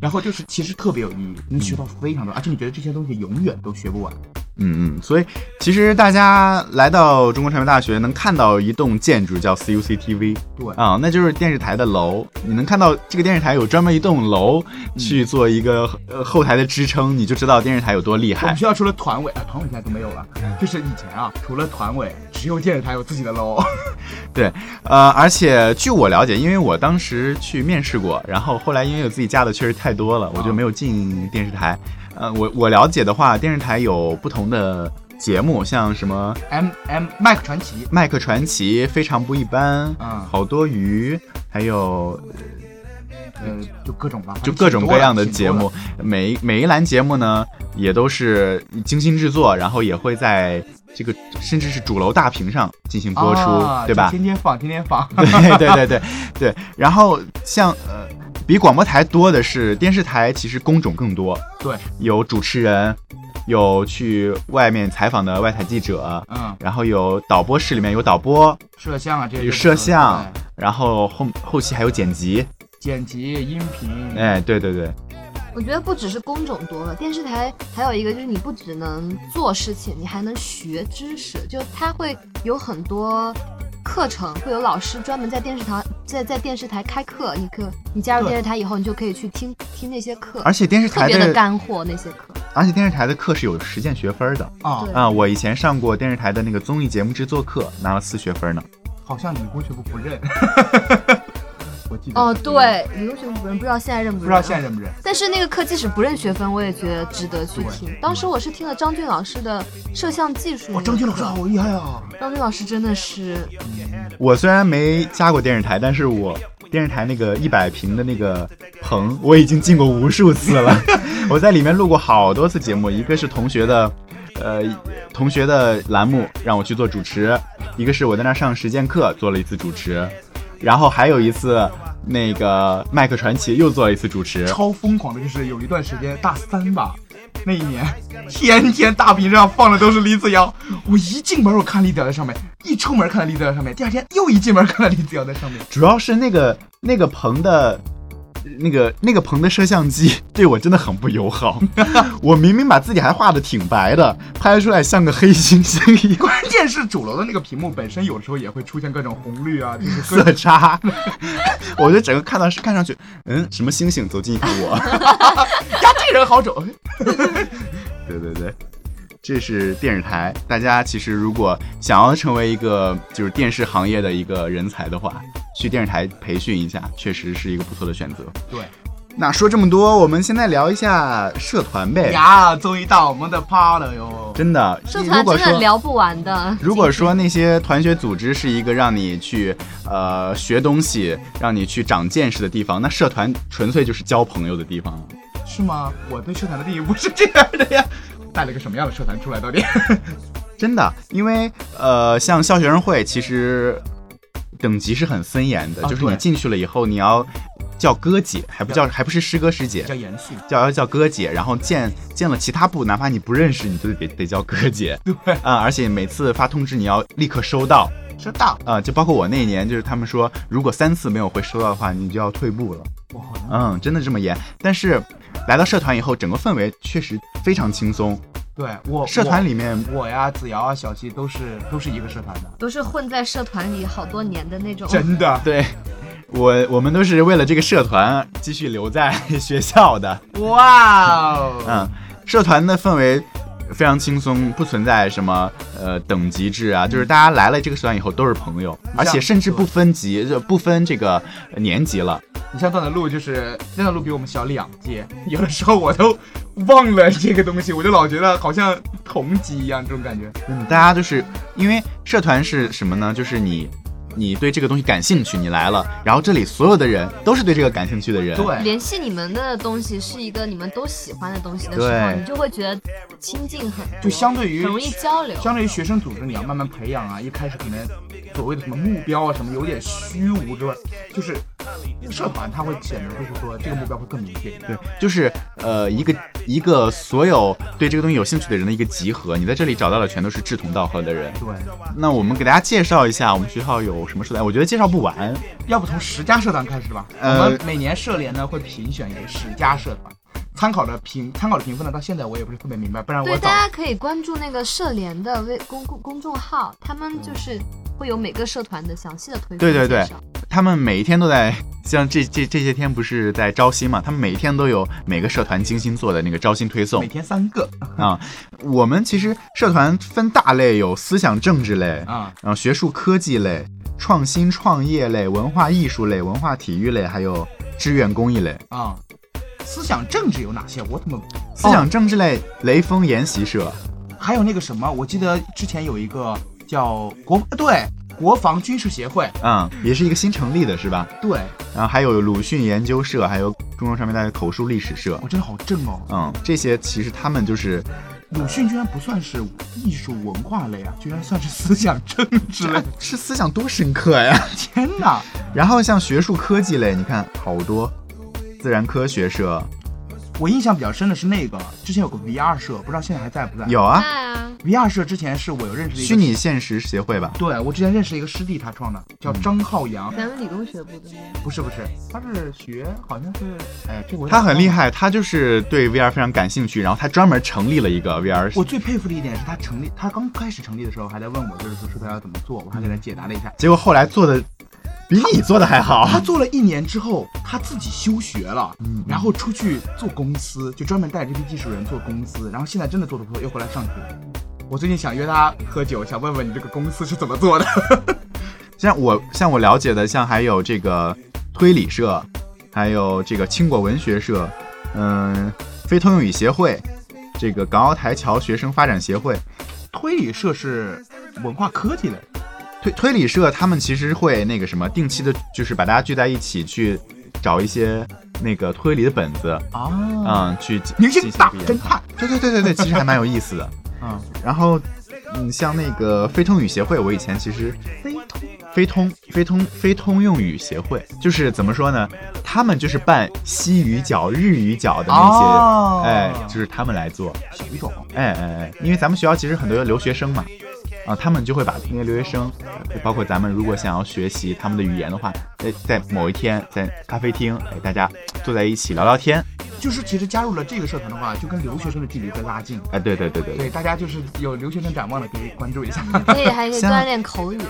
Speaker 4: 然后就是其实特别有意义，你学到非常多，而且你觉得这些东西永远都学不完。
Speaker 2: 嗯嗯，所以其实大家来到中国传媒大学，能看到一栋建筑叫 CUCTV
Speaker 4: 对，
Speaker 2: 啊、那就是电视台的楼。你能看到这个电视台有专门一栋楼去做一个、呃后台的支撑，你就知道电视台有多厉
Speaker 4: 我们
Speaker 2: 害。
Speaker 4: 学校除了团委，啊，团委现在都没有了，就是以前啊，除了团委，只有电视台有自己的楼。
Speaker 2: 呃，而且据我了解，因为我当时去面试过，然后后来因为有自己加的确实太多了，我
Speaker 4: 啊
Speaker 2: 就没有进电视台。呃，我我了解的话，电视台有不同的节目，像什么
Speaker 4: M M M，M，麦克传奇，
Speaker 2: 《麦克传奇》《非常不一般》
Speaker 4: 嗯
Speaker 2: 好多余，还有
Speaker 4: 呃，就各种吧，
Speaker 2: 就各种各样的节
Speaker 4: 啊挺多
Speaker 2: 目
Speaker 4: 了。，
Speaker 2: 每一每一栏节目呢，也都是精心制作，然后也会在这个甚至是主楼大屏上进行播出，
Speaker 4: 啊
Speaker 2: 对吧
Speaker 4: 就？天天放，天天 放。
Speaker 2: 对对对对对。然后像呃，比广播台多的是电视台，其实工种更多，
Speaker 4: 对，
Speaker 2: 有主持人，有去外面采访的外采记者，
Speaker 4: 嗯，
Speaker 2: 然后有导播室里面有导播，
Speaker 4: 摄像啊这些
Speaker 2: 有
Speaker 4: 都是
Speaker 2: 摄像
Speaker 4: 对
Speaker 2: 然后后后期还有剪辑，
Speaker 4: 剪辑、音频，
Speaker 2: 哎，对对对，
Speaker 3: 我觉得不只是工种多了，电视台还有一个就是你不只能做事情，你还能学知识，就它会有很多。课程会有老师专门在电视台在在电视台开课，你可你加入
Speaker 4: 对
Speaker 3: 电视台以后，你就可以去听听那些课，
Speaker 2: 而且电视
Speaker 3: 特
Speaker 2: 台
Speaker 3: 别的
Speaker 2: 的，
Speaker 3: 干货那些课。
Speaker 4: 嗯
Speaker 2: 而且电视台的课是有实践学分的
Speaker 4: 啊，
Speaker 3: 对
Speaker 2: 啊。我以前上过电视台的那个综艺节目制作课，拿了四学分呢。
Speaker 4: 好像理工学部不 认。 我记得
Speaker 3: 哦，
Speaker 4: 是，
Speaker 3: 对，理工学部不认，不知道现在认不
Speaker 4: 不
Speaker 3: 认？
Speaker 4: 知道现在认不认。
Speaker 3: 但是那个课即使不认学分，我也觉得值得去听。当时我是听了张俊老师的摄像技术那
Speaker 4: 哇，
Speaker 2: 哦
Speaker 3: 个
Speaker 4: 哦
Speaker 3: 课，
Speaker 4: 张军老师好厉害啊！
Speaker 3: 张俊老师真的是
Speaker 2: 我虽然没加过电视台，但是我电视台那个一百平的那个棚，我已经进过无数次了。 我在里面录过好多次节目，一个是同学的，呃，同学的栏目让我去做主持，一个是我在那儿上实践课做了一次主持，然后还有一次那个麦克传奇又做了一次主持。
Speaker 4: 超疯狂的就是有一段时间大三吧，那一年 天天大屏上放的都是李子瑶。我一进门我看李子瑶在上面，一出门看到李子瑶在上面，第二天又一进门看到李子瑶在上面。
Speaker 2: 主要是那个那个棚的，那个那个棚的摄像机 对我真的很不友 好。我明明把自己还画的挺白的，拍出来像个黑猩猩一样
Speaker 4: 关键是主楼的那个屏幕本身有的时候也会出现各种红绿啊， 就是各
Speaker 2: 色差。我就整个看到是看上去，嗯，什么猩猩 走进一看我。
Speaker 4: 呀这人好丑。
Speaker 2: 对对对，这是电视台。大家其实如果想要成为一个就是电视行业的一个人才的话，去电视台培训一下，确实是一个不错的选择。
Speaker 4: 对
Speaker 2: 那说这么多，我们现在聊一下社团呗。
Speaker 4: 呀，终于到我们的趴了哟！
Speaker 2: 真的，
Speaker 3: 社
Speaker 2: 如
Speaker 3: 团
Speaker 2: 果
Speaker 3: 真的
Speaker 2: 说
Speaker 3: 聊不完的。
Speaker 2: 如果说那些团学组织是一个让你去呃学东西、让你去长见识的地方，那社团纯粹就是交朋友的地方。
Speaker 4: 是吗？我对社团的定义不是这样的呀。带了个什么样的社团出来？到底？
Speaker 2: 真的，因为呃，像校学生会其实等级是很森严的，
Speaker 4: 啊
Speaker 2: 就是你
Speaker 4: 对
Speaker 2: 进去了以后，你要叫哥姐，还不叫还不是师哥师姐
Speaker 4: 比较，严肃。
Speaker 2: 叫要叫哥姐，然后见见了其他部，哪怕你不认识，你都得得叫哥姐
Speaker 4: 对，
Speaker 2: 啊、而且每次发通知你要立刻收到
Speaker 4: 知道。
Speaker 2: 啊、就包括我那一年，就是他们说如果三次没有回收到的话，你就要退步了。
Speaker 4: 哇，
Speaker 2: 嗯，真的这么严，但是来到社团以后，整个氛围确实非常轻松。
Speaker 4: 对我
Speaker 2: 社团里面
Speaker 4: 我，我呀、子瑶啊、小七都是都是一个社团的，
Speaker 3: 都是混在社团里好多年的那种，
Speaker 4: 真的。
Speaker 2: 对，我我们都是为了这个社团继续留在 学校的。
Speaker 4: 哇哦！
Speaker 2: 嗯，社团的氛围非常轻松，不存在什么呃等级制啊，就是大家来了这个社团以后都是朋友，而且甚至不分级，就不分这个年级了。
Speaker 4: 你像段的路就是段的路比我们小两届，有的时候我都忘了这个东西，我就老觉得好像同级一样这种感觉。
Speaker 2: 嗯，大家就是因为社团是什么呢？就是你。你对这个东西感兴趣，你来了，然后这里所有的人都是对这个感兴趣的人，
Speaker 4: 对，
Speaker 3: 联系你们的东西是一个你们都喜欢的东西的时候，
Speaker 2: 对
Speaker 3: 你就会觉得亲近很多，
Speaker 4: 就相对于
Speaker 3: 很容易交流。
Speaker 4: 相对于学生组织，你要慢慢培养啊，一开始可能所谓的什么目标啊什么有点虚无之外，就是社团它会显得就是说这个目标会更明确。
Speaker 2: 对，就是呃，一个一个所有对这个东西有兴趣的人的一个集合。你在这里找到了全都是志同道合的人。
Speaker 4: 对，
Speaker 2: 那我们给大家介绍一下我们学校有什么社团，我觉得介绍不完。
Speaker 4: 要不从十佳社团开始吧？
Speaker 2: 呃
Speaker 4: 我们每年社联呢会评选一个十佳社团，参考的评参考的评分呢，到现在我也不是特别明白，不然我
Speaker 3: 对，
Speaker 4: 早
Speaker 3: 大家可以关注那个社联的微公公公众号，他们就是会有每个社团的详细的推送
Speaker 2: 对对
Speaker 3: 介
Speaker 2: 对
Speaker 3: 绍
Speaker 2: 他们每一天都在，像这这这些天不是在招新嘛？他们每一天都有每个社团精心做的那个招新推送
Speaker 4: 每。天三个
Speaker 2: 我们其实社团分大类，有思想政治类，
Speaker 4: 啊，
Speaker 2: 然后学术科技类、创新创业类、文化艺术类、文化体育类，还有志愿公益类。
Speaker 4: 啊、思想政治有哪些？我怎么
Speaker 2: 思
Speaker 4: 哦
Speaker 2: 想政治类，雷锋研习社。
Speaker 4: 还有那个什么？我记得之前有一个叫国对国防军事协会，
Speaker 2: 嗯，也是一个新成立的，是吧？
Speaker 4: 对
Speaker 2: 然后还有鲁迅研究社，还有中共上面大学口述历史社
Speaker 4: 我、，真的好正哦。
Speaker 2: 嗯，这些其实他们就是
Speaker 4: 鲁迅居然不算是艺术文化类啊，居然算是思想政治类
Speaker 2: 这。 是啊思想多深刻呀。
Speaker 4: 天哪，
Speaker 2: 然后像学术科技类，你看好多自然科学社
Speaker 4: 我印象比较深的是那个之前有个 VR 社，不知道现在还在不在？
Speaker 2: 有啊，
Speaker 3: 啊，
Speaker 4: VR 社之前是我有认识的一个
Speaker 2: 虚拟现实协会吧？
Speaker 4: 对我之前认识一个师弟，他创的叫张浩洋，
Speaker 3: 咱们理工学部的
Speaker 4: 不是不是，他是学好像是，哎，这我
Speaker 2: 他很厉
Speaker 4: 害。
Speaker 2: 害，他就是对 VR 非常感兴趣，然后他专门成立了一个 VR
Speaker 4: 我最佩服的一点是他成立，他刚开始成立的时候还在问我，就是说社团要怎么做，我还给他解答了一下。
Speaker 2: 结果后来做的比你做的还好
Speaker 4: 他。做了一年之后，他自己休学了，
Speaker 2: 嗯
Speaker 4: 然后出去做公司，就专门带着这批技术人做公司，然后现在真的做的不错，又回来上学。我最近想约他喝酒，想问问你这个公司是怎么做的。
Speaker 2: 像我像我了解的，像还有这个推理社，还有这个青果文学社，嗯，非通用语协会，这个港澳台侨学生发展协会，
Speaker 4: 推理社是文化科技类，
Speaker 2: 推推理社他们其实会那个什么，定期的，就是把大家聚在一起去找一些那个推理的本子，
Speaker 4: 啊，
Speaker 2: 嗯，去
Speaker 4: 您
Speaker 2: 进
Speaker 4: 是
Speaker 2: 行
Speaker 4: 大
Speaker 2: 一个
Speaker 4: 侦
Speaker 2: 研讨
Speaker 4: 探
Speaker 2: 对对对对对，其实还蛮有意思的。
Speaker 4: 啊。
Speaker 2: 然后，嗯，像那个非通语协会，我以前其实
Speaker 4: 非通
Speaker 2: 非通非通非通用语协会，就是怎么说呢？他们就是办西语角、日语角的那些，
Speaker 4: 哦
Speaker 2: 哎，就是他们来做，
Speaker 4: 体育种哦
Speaker 2: 哎哎哎，因为咱们学校其实很多留学生嘛，啊，他们就会把那些留学生，包括咱们如果想要学习他们的语言的话，在在某一天在咖啡厅，哎，大家坐在一起聊聊天，
Speaker 4: 就是其实加入了这个社团的话，就跟留学生的距离会拉近。
Speaker 2: 哎，对对对对对。
Speaker 4: 对，大嗯家就是有留学生展望的可以关注一下。
Speaker 2: 啊
Speaker 3: 可以还可以
Speaker 2: 像
Speaker 3: 锻炼口语嘛。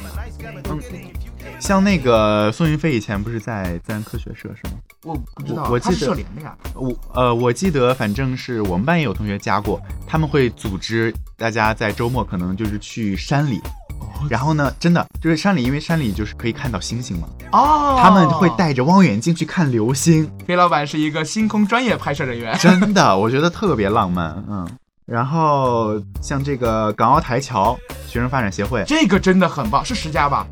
Speaker 2: 像那个宋云飞以前不是在自然科学社是吗？
Speaker 4: 我不知道，
Speaker 2: 我我
Speaker 4: 他是
Speaker 2: 记得
Speaker 4: 社联的呀。
Speaker 2: 我呃，我记得反正是我们班也有同学加过，他们会组织大家在周末可能就是去山里，
Speaker 4: 哦
Speaker 2: 然后呢，真的就是山里，因为山里就是可以看到星星嘛，
Speaker 4: 哦，
Speaker 2: 他们会。带着望远镜去看流星，
Speaker 4: 裴老板是一个星空专业拍摄人员。
Speaker 2: 真的，我觉得特别浪漫，嗯。然后像这个港澳台侨学生发展协会，
Speaker 4: 这个真的很棒，是十佳吧？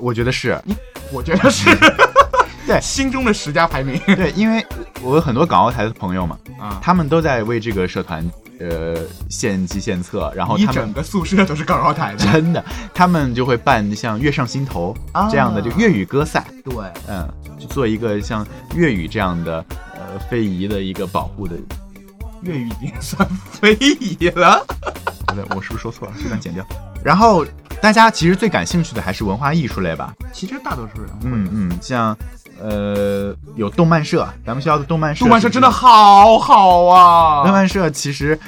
Speaker 2: 我觉得是，
Speaker 4: 我觉得是
Speaker 2: 对
Speaker 4: 心中的十佳排名
Speaker 2: 对，因为我有很多港澳台的朋友嘛，
Speaker 4: 啊。
Speaker 2: 他们都在为这个社团呃献计献策，然后
Speaker 4: 一
Speaker 2: 他们
Speaker 4: 整个宿舍都是港澳台的，
Speaker 2: 真的，他们就会办像《月上心头》
Speaker 4: 啊
Speaker 2: 这样的就粤语歌赛，
Speaker 4: 对，
Speaker 2: 嗯，就做一个像粤语这样的呃非遗的一个保护的。
Speaker 4: 粤语已经算非遗了。
Speaker 2: 不对，我是不是说错了？这段剪掉。然后大家其实最感兴趣的还是文化艺术类吧，
Speaker 4: 其实大多数人会，
Speaker 2: 嗯嗯，像呃有动漫社，咱们学校的动漫社，
Speaker 4: 动漫社真的，好好
Speaker 2: 动
Speaker 4: 啊！
Speaker 2: 漫社其实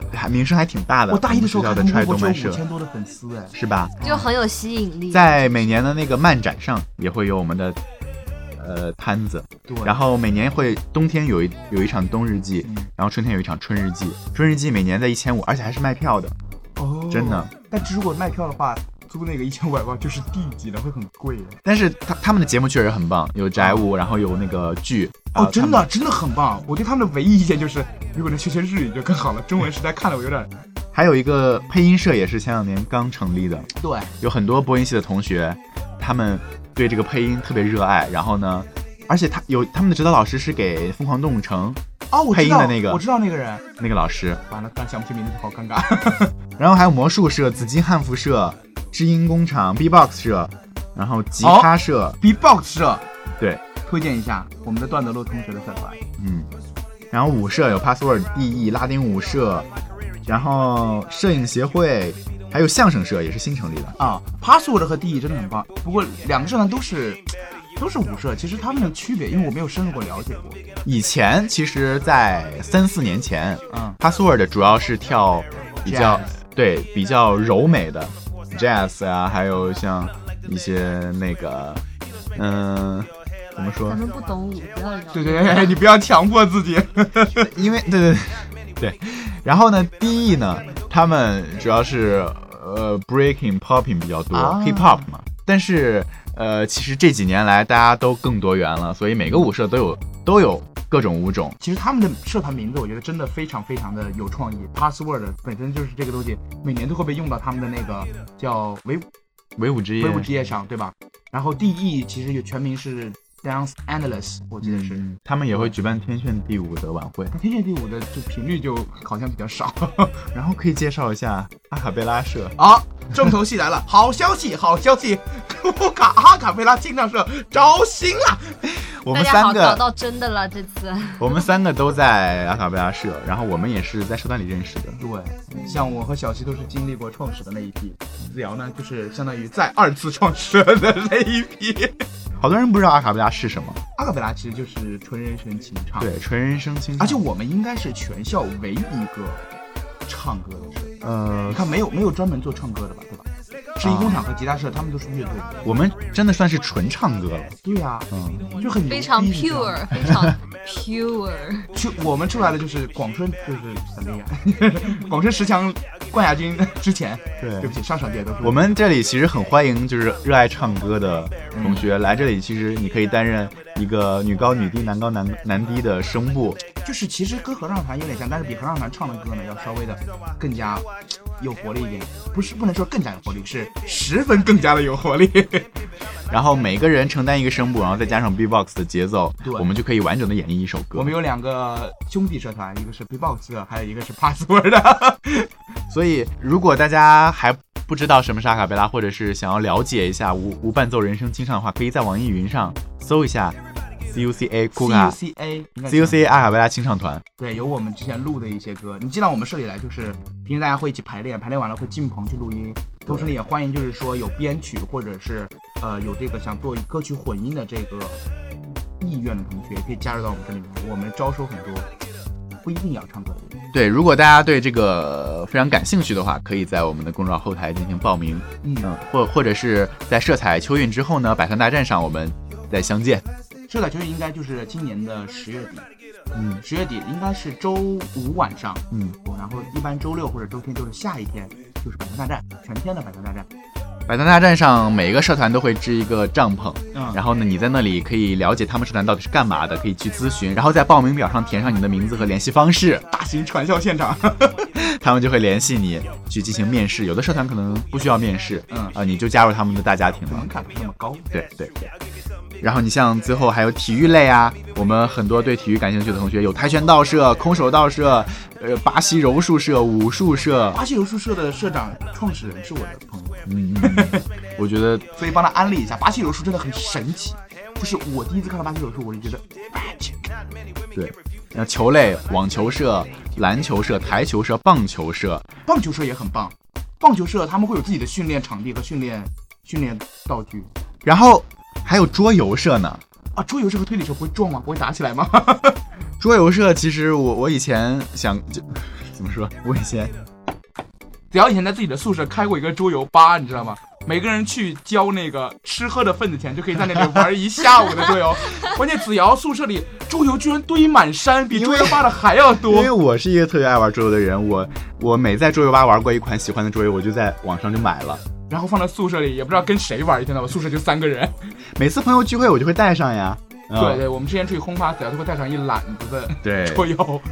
Speaker 2: 呃还名声还挺大的。
Speaker 4: 我大一的时候
Speaker 2: 我
Speaker 4: 看
Speaker 2: 们
Speaker 4: 他们微
Speaker 2: 学校的
Speaker 4: 博
Speaker 2: 动漫
Speaker 4: 只
Speaker 2: 社
Speaker 4: 有五千多的粉丝哎，
Speaker 2: 是吧？
Speaker 1: 就很有吸引力。
Speaker 2: 在每年的那个漫展上也会有我们的呃摊子，
Speaker 4: 对，
Speaker 2: 然后每年会冬天有一有一场冬日祭，
Speaker 4: 嗯
Speaker 2: 然后春天有一场春日祭。春日祭每年在一千五，而且还是卖票的。
Speaker 4: 哦，
Speaker 2: 真的。
Speaker 4: 但如果卖票的话，租那个一千五百八就是地级的，会很贵的。
Speaker 2: 但是他他们的节目确实很棒，有宅舞，然后有那个剧。
Speaker 4: 哦，
Speaker 2: 呃
Speaker 4: 真的真的很棒！我对他们的唯一意见就是，如果能学学日语就更好了。中文实在看了我有点
Speaker 2: 他们还有一个配音社也是前两年刚成立的，
Speaker 4: 对，
Speaker 2: 有很多播音系的同学，他们对这个配音特别热爱。然后呢，而且他有他们的指导老师是给《疯狂动物城》
Speaker 4: 哦，我
Speaker 2: 配
Speaker 4: 知
Speaker 2: 音的
Speaker 4: 道
Speaker 2: 那个
Speaker 4: 我知道那个人。
Speaker 2: 那个老师，
Speaker 4: 完了，但想不起名字，好尴 尬。
Speaker 2: 然后还有魔术社、紫金汉服社、知音工厂、B-box 社，然后吉他社。
Speaker 4: 哦 B-box 社，
Speaker 2: 对，
Speaker 4: 推荐一下我们的段德洛同学的社团。
Speaker 2: 嗯，然后舞社有帕索尔 DE 拉丁舞社，然后摄影协会，还有相声社也是新成立的。
Speaker 4: 啊，Password 和 DE 真的很棒。不过两个社团都是都是舞社，其实他们的区别，因为我没有深入过了解过。
Speaker 2: 以前其实，在三四年前，
Speaker 4: 嗯，
Speaker 2: 帕索尔的主要是跳比较
Speaker 4: Jazz
Speaker 2: 对比较柔美的 jazz 啊，还有像一些那个，嗯、怎么说
Speaker 3: 咱？们不懂舞，不要聊。
Speaker 4: 对对对，你不要强迫自己。
Speaker 2: 因为对对对对，然后呢，DE 呢，他们主要是呃 breaking、popping 比较多、
Speaker 4: 啊
Speaker 2: h i p hop 嘛。但是呃，其实这几年来大家都更多元了，所以每个舞社都有都有各种舞种。
Speaker 4: 其实他们的社团名字，我觉得真的非常非常的有创意。Password 本身就是这个东西，每年都会被用到他们的那个叫维
Speaker 2: 唯舞之夜
Speaker 4: 维吾之夜上，对吧？然后 DE 其实有全名是 Dance Endless，我记得是。
Speaker 2: 嗯，他们也会举办天炫第五的晚会。
Speaker 4: 但天选第五的就频率就好像比较少
Speaker 2: 然后可以介绍一下阿卡贝拉社，
Speaker 4: 啊。重头戏来了，好消息，好消息！库卡阿卡贝拉清唱社招新了。
Speaker 2: 我
Speaker 1: 大
Speaker 2: 们
Speaker 1: 家
Speaker 2: 三
Speaker 1: 好，找
Speaker 2: 个
Speaker 1: 到真的了，这 次
Speaker 2: 我们三个都在阿卡贝拉社，然后我们也是在社团里认识的。
Speaker 4: 对，像我和小西都是经历过创始的那一批，子瑶呢就是相当于再二次创始的那一批。
Speaker 2: 好多人不知道阿卡贝拉是什么，
Speaker 4: 阿卡贝拉其实就是纯人声清唱，，
Speaker 2: 对，纯人声清唱，
Speaker 4: 而且我们应该是全校唯一一个唱歌的社，
Speaker 2: 呃
Speaker 4: 他没有没有专门做唱歌的吧，对吧？制衣工厂和吉他社他们都是乐队，
Speaker 2: 我们真的算是纯唱歌了，
Speaker 4: 对呀、
Speaker 2: 嗯，
Speaker 4: 就很牛逼
Speaker 1: 非常
Speaker 4: 你知道吗
Speaker 1: pure，非常 pure。
Speaker 4: 就我们出来的就是广深，就是很厉害， 广深十强冠亚军之前，对
Speaker 2: 对
Speaker 4: 不。起，上上届都是
Speaker 2: 我们这里其实很欢迎，就是热爱唱歌的同学来这里。其实你可以担任一个女高女低、男高男男低的声部，
Speaker 4: 就是其实跟合唱团有点像，但是比合唱团唱的歌呢要稍微的更加有活力一点，不是不能说更加有活力，是十分更加的有活力。
Speaker 2: 然后每个人承担一个声部，然后再加上 B-box 的节奏，
Speaker 4: 对
Speaker 2: 我们就可以完整的演绎一首歌。
Speaker 4: 我们有两个兄弟社团，一个是 B-box 的，还有一个是 Password 的。
Speaker 2: 所以，如果大家还不知道什么是阿卡贝拉，或者是想要了解一下无无伴奏人声清唱的话，可以在网易云上搜一下 CUCA 酷卡
Speaker 4: CUCA 应该是
Speaker 2: CUCA 阿卡贝拉清唱团。
Speaker 4: 对，有我们之前录的一些歌，你进到我们社里来，就是平时大家会一起排练，排练完了会进棚去录音。同时呢，也欢迎就是说有编曲或者是呃有这个想做歌曲混音的这个意愿的同学，也可以加入到我们这里面。我们招收很多不一定要唱歌的人。
Speaker 2: 对，如果大家对这个非常感兴趣的话，可以在我们的公众号后台进行报名，
Speaker 4: 嗯，
Speaker 2: 嗯，或或者是在色彩秋韵之后呢，百团大战上我们再相见。
Speaker 4: 这个就是应该就是今年的十月底，
Speaker 2: 嗯
Speaker 4: 十月底应该是周五晚上，哦
Speaker 2: 嗯，
Speaker 4: 然后一般周六或者周天就是下一天，就是百团大战，全天的百团大战。
Speaker 2: 百团大战上每一个社团都会支一个帐篷，
Speaker 4: 嗯，
Speaker 2: 然后呢，你在那里可以了解他们社团到底是干嘛的，可以去咨询，然后在报名表上填上你的名字和联系方式，
Speaker 4: 大型传销现场。
Speaker 2: 他们就会联系你去进行面试。有的社团可能不需要面试，
Speaker 4: 嗯
Speaker 2: 啊、你就加入他们的大家庭了
Speaker 4: 门。槛不那么 高。
Speaker 2: 对对对。然后你像最后还有体育类啊，我们很多对体育感兴趣的同学有跆拳道社、空手道社、呃巴西柔术社、武术社，
Speaker 4: 巴西柔术社的社长、创始人是我的朋友，
Speaker 2: 嗯，嗯嗯我觉得
Speaker 4: 所以帮他安利一下，巴西柔术真的很神奇。就是我第一次看到巴西柔术，我就觉得 magic。
Speaker 2: 对。那球类，网球社、篮球社、台球社、棒球社，
Speaker 4: 棒球社也很棒，棒球社他们会有自己的训练场地和训练训练道具
Speaker 2: 然后还有桌游社呢。
Speaker 4: 啊。桌游社和推理社不会撞吗？不会打起来吗？
Speaker 2: 桌游社其实我我以前想就怎么说，我以前
Speaker 4: 只要以前在自己的宿舍开过一个桌游吧，你知道吗？每个人去交那个吃喝的份子钱，就可以在那里玩一下午的桌游。关键子瑶宿舍里桌游居然堆满山，比桌游吧的还要多。
Speaker 2: 因为我是一个特别爱玩桌游的人，我我每在桌游吧玩过一款喜欢的桌游，我就在网上就买了。
Speaker 4: 然后放到宿舍里，也不知道跟谁玩，一天到晚宿舍就三个人。
Speaker 2: 每次朋友聚会我就会带上呀。嗯
Speaker 4: 对对，我们之前出去轰趴，子瑶就会带上一篮子的桌
Speaker 2: 对，
Speaker 4: 游。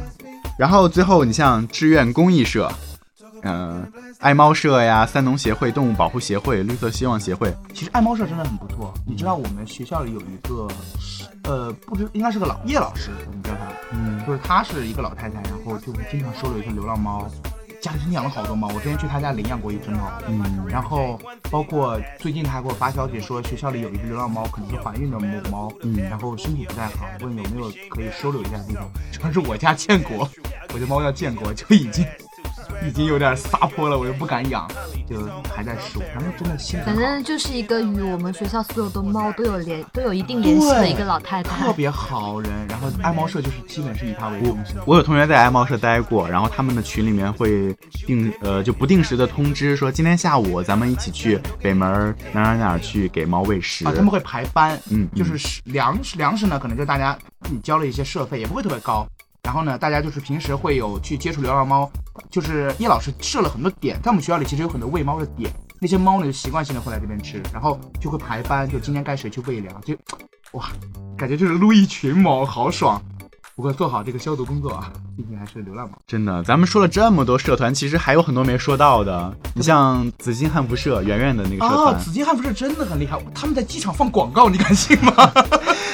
Speaker 2: 然后最后你像志愿公益社，嗯、爱猫社呀、三农协会、动物保护协会、绿色希望协会，
Speaker 4: 其实爱猫社真的很不错，你知道我们学校里有一个，呃，不知应该是个老叶老师，你知道他，
Speaker 2: 嗯，
Speaker 4: 就是她是一个老太太，然后就是经常收留一些流浪猫，家里真养了好多猫，我之前去她家领养过一只猫。
Speaker 2: 嗯
Speaker 4: 然后包括最近她还给我发消息说，学校里有一只流浪猫，可能是怀孕的母猫，
Speaker 2: 嗯
Speaker 4: 然后身体不太好，问有没有可以收留一下的地方。主要是我家建国，我的猫叫建国，就已经 已经有点撒泼了，我又不敢养，就还在收。然后真的心很
Speaker 3: 反
Speaker 4: 好，
Speaker 3: 正就是一个与我们学校所有的猫都有联都有一定联系的一个老太
Speaker 4: 特
Speaker 3: 太。
Speaker 4: 别好人。然后爱猫社就是基本是以她为中心。
Speaker 2: 我有同学在爱猫社待过，然后他们的群里面会定呃就不定时的通知说今天下午咱们一起去北门儿哪儿哪儿哪儿去给猫喂食。
Speaker 4: 啊，他们会排班，
Speaker 2: 嗯嗯
Speaker 4: 就是食粮食粮食呢，可能就大家你交了一些社费，也不会特别高。然后呢，大家就是平时会有去接触流浪猫，就是叶老师设了很多点，在我们学校里其实有很多喂猫的点，那些猫呢就习惯性的会来这边吃，然后就会排班，就今天该谁去喂粮，就哇，感觉就是撸一群猫，好爽。不过做好这个消毒工作啊，毕竟还是流 浪猫。
Speaker 2: 真的，咱们说了这么多社团，其实还有很多没说到的。你像紫金汉服社、圆圆的那个社
Speaker 4: 啊，
Speaker 2: 团，
Speaker 4: 紫金汉服社真的很厉害，他们在机场放广告，你敢信吗？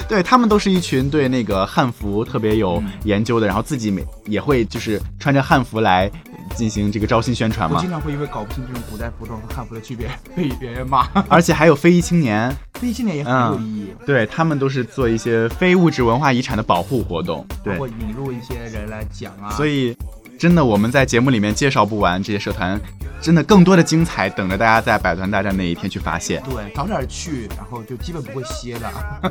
Speaker 2: 对他们都是一群对那个汉服特别有研究的，然后自己每也会就是穿着汉服来进行这个招新宣传
Speaker 4: 我
Speaker 2: 嘛
Speaker 4: 经。常会因为搞不清这种古代服装和汉服的区别被别人骂。
Speaker 2: 而且还有非遗青年，
Speaker 4: 非遗青年也很有意义，
Speaker 2: 对他们都是做一些非物质文化遗产的保护活动。
Speaker 4: 包
Speaker 2: 对
Speaker 4: 括，引入一些人来讲啊。
Speaker 2: 所以真的我们在节目里面介绍不完这些社团，真的更多的精彩等着大家在百团大战那一天去发现。
Speaker 4: 对，早点去，然后就基本不会歇的。啊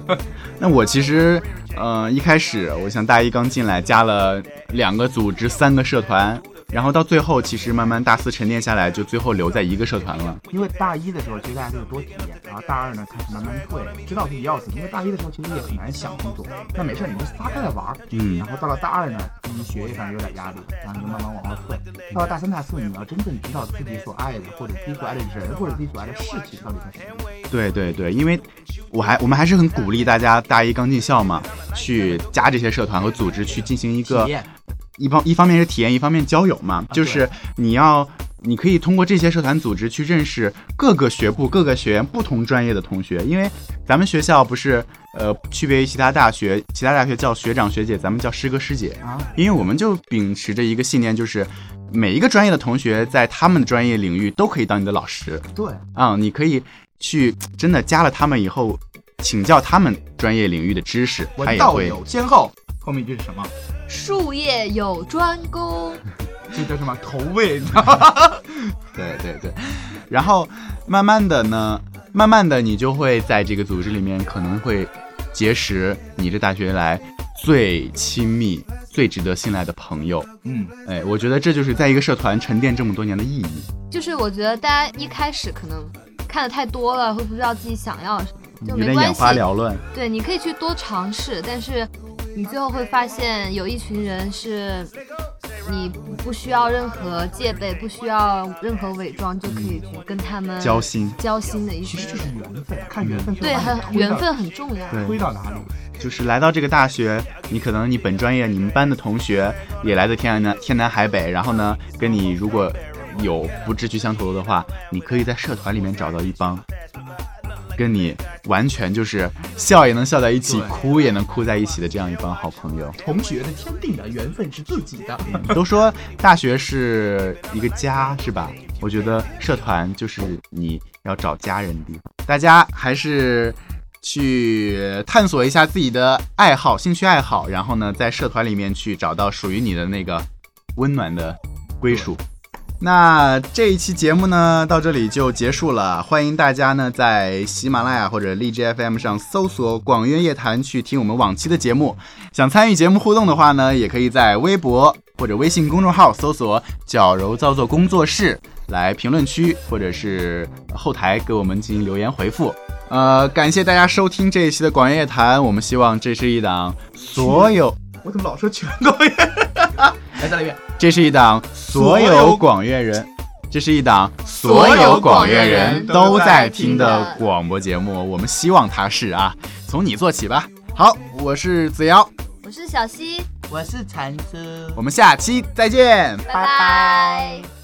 Speaker 2: 那我其实，呃，一开始我想大一刚进来，加了两个组织，三个社团，然后到最后，其实慢慢大四沉淀下来，就最后留在一个社团了。
Speaker 4: 因为大一的时候，其实大家就是多体验，然后大二呢开始慢慢退，知道自己要什么。因为大一的时候其实也很难想清楚，那没事，你就撒开了玩儿。
Speaker 2: 嗯
Speaker 4: 然后到了大二呢，第一学业上有点压力，然后你就慢慢往后退。到了大三、大四，你要真正知道自己所爱的，或者自己所爱的人，或者自己所爱的事情到底是什么。
Speaker 2: 对对对，因为我还我们还是很鼓励大家大一刚进校嘛，去加这些社团和组织去进行一个
Speaker 4: 体验
Speaker 2: 一方一方面是体验，一方面交友
Speaker 4: 啊
Speaker 2: 嘛，就是你要。你可以通过这些社团组织去认识各个学部、各个学院不同专业的同学，因为咱们学校不是呃区别于其他大学，其他大学叫学长学姐，咱们叫师哥师姐，
Speaker 4: 啊，
Speaker 2: 因为我们就秉持着一个信念，就是每一个专业的同学在他们的专业领域都可以当你的老师
Speaker 4: 对。
Speaker 2: 啊、你可以去真的加了他们以后，请教他们专业领域的知识，他
Speaker 4: 文
Speaker 2: 也
Speaker 4: 道
Speaker 2: 会
Speaker 4: 有先后，后面一句是什么？
Speaker 1: 术业有专攻，
Speaker 4: 这叫什么投喂？
Speaker 2: 对对对，然后慢慢的呢，慢慢的你就会在这个组织里面可能会结识你这大学来最亲密、最值得信赖的朋友。
Speaker 4: 嗯，
Speaker 2: 哎，我觉得这就是在一个社团沉淀这么多年的意义。
Speaker 3: 就是我觉得大家一开始可能看的太多了，会不知道自己想要什么，就
Speaker 2: 有
Speaker 3: 没
Speaker 2: 点
Speaker 3: 关
Speaker 2: 眼
Speaker 3: 系。
Speaker 2: 花缭乱。
Speaker 3: 对，你可以去多尝试，但是你最后会发现有一群人是你不需要任何戒备，不需要任何伪装就可以去跟他们
Speaker 2: 交心
Speaker 3: 交心的一
Speaker 4: 其实
Speaker 3: 群
Speaker 4: 就
Speaker 3: 人
Speaker 4: 是。缘分，看缘分。
Speaker 3: 对，很缘。分很重要。
Speaker 2: 对
Speaker 4: 推到哪里？
Speaker 2: 就是来到这个大学，你可能你本专业你们班的同学也来自天南天南海北，然后呢，跟你如果有不志趣相投的话，你可以在社团里面找到一帮跟你完全就是笑也能笑在一起，
Speaker 4: 对
Speaker 2: 哭也能哭在一起的这样一帮好朋友。
Speaker 4: 同学的天定的，缘分是自己的。
Speaker 2: 都说大学是一个家，是吧？我觉得社团就是你要找家人的地方。大家还是去探索一下自己的爱好、兴趣爱好，然后呢，在社团里面去找到属于你的那个温暖的归属。那这一期节目呢，到这里就结束了。欢迎大家呢在喜马拉雅或者荔枝 FM 上搜索“广渊夜谈”去听我们往期的节目。想参与节目互动的话呢，也可以在微博或者微信公众号搜索“矫揉造作工作室”，来评论区或者是后台给我们进行留言回复。呃，感谢大家收听这一期的广乐夜谈，我们希望这是一档所有
Speaker 4: 我怎么老说全国 人？来，哎再来一遍。
Speaker 2: 这是一档所
Speaker 4: 所
Speaker 2: 有
Speaker 4: 有
Speaker 2: 广乐人，这是一档
Speaker 3: 所
Speaker 2: 所有广
Speaker 3: 有广
Speaker 2: 乐
Speaker 3: 乐
Speaker 2: 人
Speaker 3: 人
Speaker 2: 都
Speaker 4: 都
Speaker 2: 在
Speaker 4: 在
Speaker 2: 听
Speaker 3: 听
Speaker 2: 的
Speaker 3: 的
Speaker 2: 广播节目。我们希望它是啊，从你做起吧。好，我是子瑶，
Speaker 3: 我是小溪，
Speaker 5: 我是禅师。
Speaker 2: 我们下期再见。
Speaker 3: 拜拜